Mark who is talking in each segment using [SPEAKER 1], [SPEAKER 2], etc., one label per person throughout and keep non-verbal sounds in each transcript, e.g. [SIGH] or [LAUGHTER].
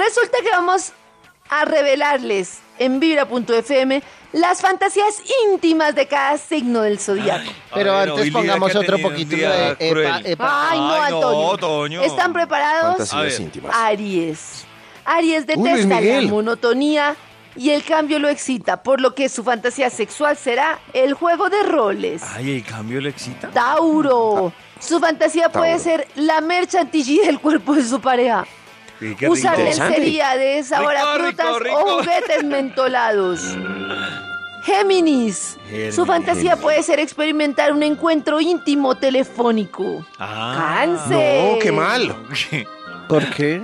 [SPEAKER 1] Resulta que vamos a revelarles en vibra.fm las fantasías íntimas de cada signo del zodiaco.
[SPEAKER 2] Pero
[SPEAKER 3] A ver,
[SPEAKER 2] antes
[SPEAKER 3] hoy Lidia
[SPEAKER 2] pongamos
[SPEAKER 3] que ha
[SPEAKER 2] otro
[SPEAKER 3] tenido un
[SPEAKER 2] poquito
[SPEAKER 3] día
[SPEAKER 2] de
[SPEAKER 3] cruel.
[SPEAKER 2] epa, epa.
[SPEAKER 1] Ay, no,
[SPEAKER 3] Ay, no,
[SPEAKER 1] Antonio.
[SPEAKER 3] Toño.
[SPEAKER 1] ¿Están preparados?
[SPEAKER 3] A ver.
[SPEAKER 4] Fantasías íntimas.
[SPEAKER 1] Ah, Aries. Aries
[SPEAKER 4] Uy, Luis
[SPEAKER 1] detesta la
[SPEAKER 4] Miguel.
[SPEAKER 1] monotonía y el cambio lo excita, por lo que su fantasía sexual será el juego de roles.
[SPEAKER 3] Ay, el cambio le excita.
[SPEAKER 1] Tauro. Su fantasía puede
[SPEAKER 4] Ah. Tauro.
[SPEAKER 1] ser lamer chantilly del cuerpo de su pareja.
[SPEAKER 3] Sí, qué
[SPEAKER 1] Usar
[SPEAKER 3] rico.
[SPEAKER 4] Interesante.
[SPEAKER 1] lencería de sabor a
[SPEAKER 3] Rico, rico,
[SPEAKER 1] frutas
[SPEAKER 3] rico.
[SPEAKER 1] o juguetes
[SPEAKER 3] [LAUGHS]
[SPEAKER 1] mentolados. Géminis.
[SPEAKER 3] Géminis.
[SPEAKER 1] Su fantasía puede ser experimentar un encuentro íntimo telefónico.
[SPEAKER 3] Ah.
[SPEAKER 1] Cáncer.
[SPEAKER 4] No, qué mal.
[SPEAKER 2] ¿Por qué?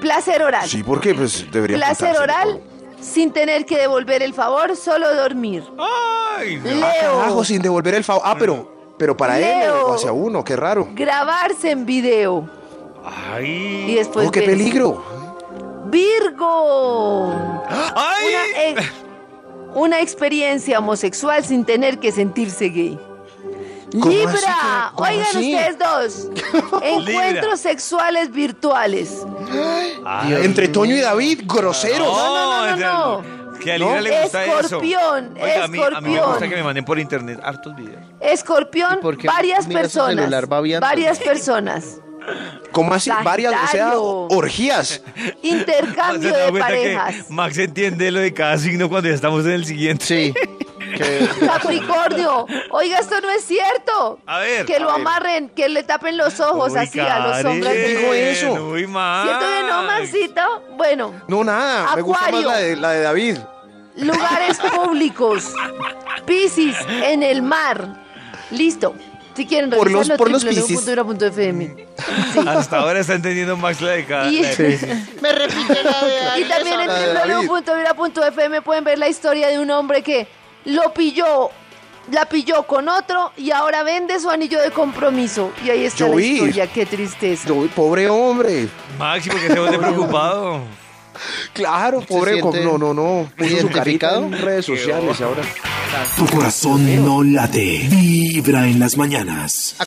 [SPEAKER 1] Placer oral.
[SPEAKER 4] Sí, porque pues debería
[SPEAKER 1] Placer
[SPEAKER 4] apuntarse,
[SPEAKER 1] oral sin tener que devolver el favor, solo dormir.
[SPEAKER 3] Ay,
[SPEAKER 4] ¿no? Ah,
[SPEAKER 1] Leo.
[SPEAKER 4] carajo, sin devolver el favor. Ah, pero, pero para él
[SPEAKER 1] Leo.
[SPEAKER 4] o hacia uno, qué raro.
[SPEAKER 1] Grabarse en video. Y
[SPEAKER 3] ay,
[SPEAKER 1] después
[SPEAKER 4] oh, qué
[SPEAKER 1] ves.
[SPEAKER 4] peligro.
[SPEAKER 1] Virgo. Una,
[SPEAKER 3] ay,
[SPEAKER 1] ex- una experiencia homosexual sin tener que sentirse gay.
[SPEAKER 4] ¿Cómo así
[SPEAKER 1] Libra,
[SPEAKER 4] que- cómo
[SPEAKER 1] oigan
[SPEAKER 4] así?
[SPEAKER 1] ustedes dos. Encuentros sexuales virtuales.
[SPEAKER 3] Ay,
[SPEAKER 4] Entre Toño y David, groseros.
[SPEAKER 1] No, no, no, no,
[SPEAKER 3] es- Que a Lina
[SPEAKER 4] ¿No?
[SPEAKER 3] le gusta
[SPEAKER 1] Escorpión,
[SPEAKER 3] eso. Oiga, a mí- A mí, me gusta
[SPEAKER 1] escorpión.
[SPEAKER 3] que me manden por internet hartos videos.
[SPEAKER 1] Escorpión,
[SPEAKER 2] ¿Y por qué
[SPEAKER 1] varias
[SPEAKER 2] mira su
[SPEAKER 1] personas.
[SPEAKER 2] celular babeando?
[SPEAKER 1] varias personas.
[SPEAKER 4] ¿Cómo así? Varias, o sea,
[SPEAKER 1] Sagitario.
[SPEAKER 4] orgías.
[SPEAKER 1] Intercambio
[SPEAKER 3] ¿Se da
[SPEAKER 1] de
[SPEAKER 3] cuenta
[SPEAKER 1] parejas.
[SPEAKER 3] [LAUGHS] Que Max entiende lo de cada signo cuando ya estamos en el siguiente.
[SPEAKER 2] Sí. Que-
[SPEAKER 1] Capricornio, oiga, esto no es cierto.
[SPEAKER 3] A ver,
[SPEAKER 1] Que lo
[SPEAKER 4] a ver.
[SPEAKER 1] amarren, que le tapen los ojos
[SPEAKER 3] Uy,
[SPEAKER 1] así a los
[SPEAKER 3] Karen,
[SPEAKER 1] hombres.
[SPEAKER 4] ¿Quién dijo eso?
[SPEAKER 3] Uy, Max.
[SPEAKER 1] ¿Cierto que no, Maxito? Bueno,
[SPEAKER 4] No, nada. Me gusta más
[SPEAKER 1] Acuario.
[SPEAKER 4] la de, la de David.
[SPEAKER 1] lugares públicos. Piscis, en el mar. Listo. Si quieren
[SPEAKER 4] Por los-
[SPEAKER 1] revisarlo,
[SPEAKER 4] por los Piscis.
[SPEAKER 1] www.vibra.fm.
[SPEAKER 3] Hasta ahora está entendiendo Max la de
[SPEAKER 4] Ah,
[SPEAKER 3] cada.
[SPEAKER 1] Y,
[SPEAKER 3] la de-
[SPEAKER 2] [LAUGHS] Me repite la de
[SPEAKER 1] y
[SPEAKER 2] Aries
[SPEAKER 1] también en
[SPEAKER 2] ahora.
[SPEAKER 4] de David.
[SPEAKER 1] www.vibra.fm pueden ver la historia de un hombre que lo pilló, la pilló con otro y ahora vende su anillo de compromiso. Y ahí está
[SPEAKER 4] Yo
[SPEAKER 1] la
[SPEAKER 4] vi.
[SPEAKER 1] historia. Qué tristeza.
[SPEAKER 4] Yo, pobre hombre.
[SPEAKER 3] Maxi, porque se vuelve preocupado.
[SPEAKER 4] Claro, pobre.
[SPEAKER 2] siente
[SPEAKER 4] no, no, no. Puso su carita
[SPEAKER 2] identificado?
[SPEAKER 4] en redes sociales ahora.
[SPEAKER 5] Tu corazón no late. Vibra en las mañanas.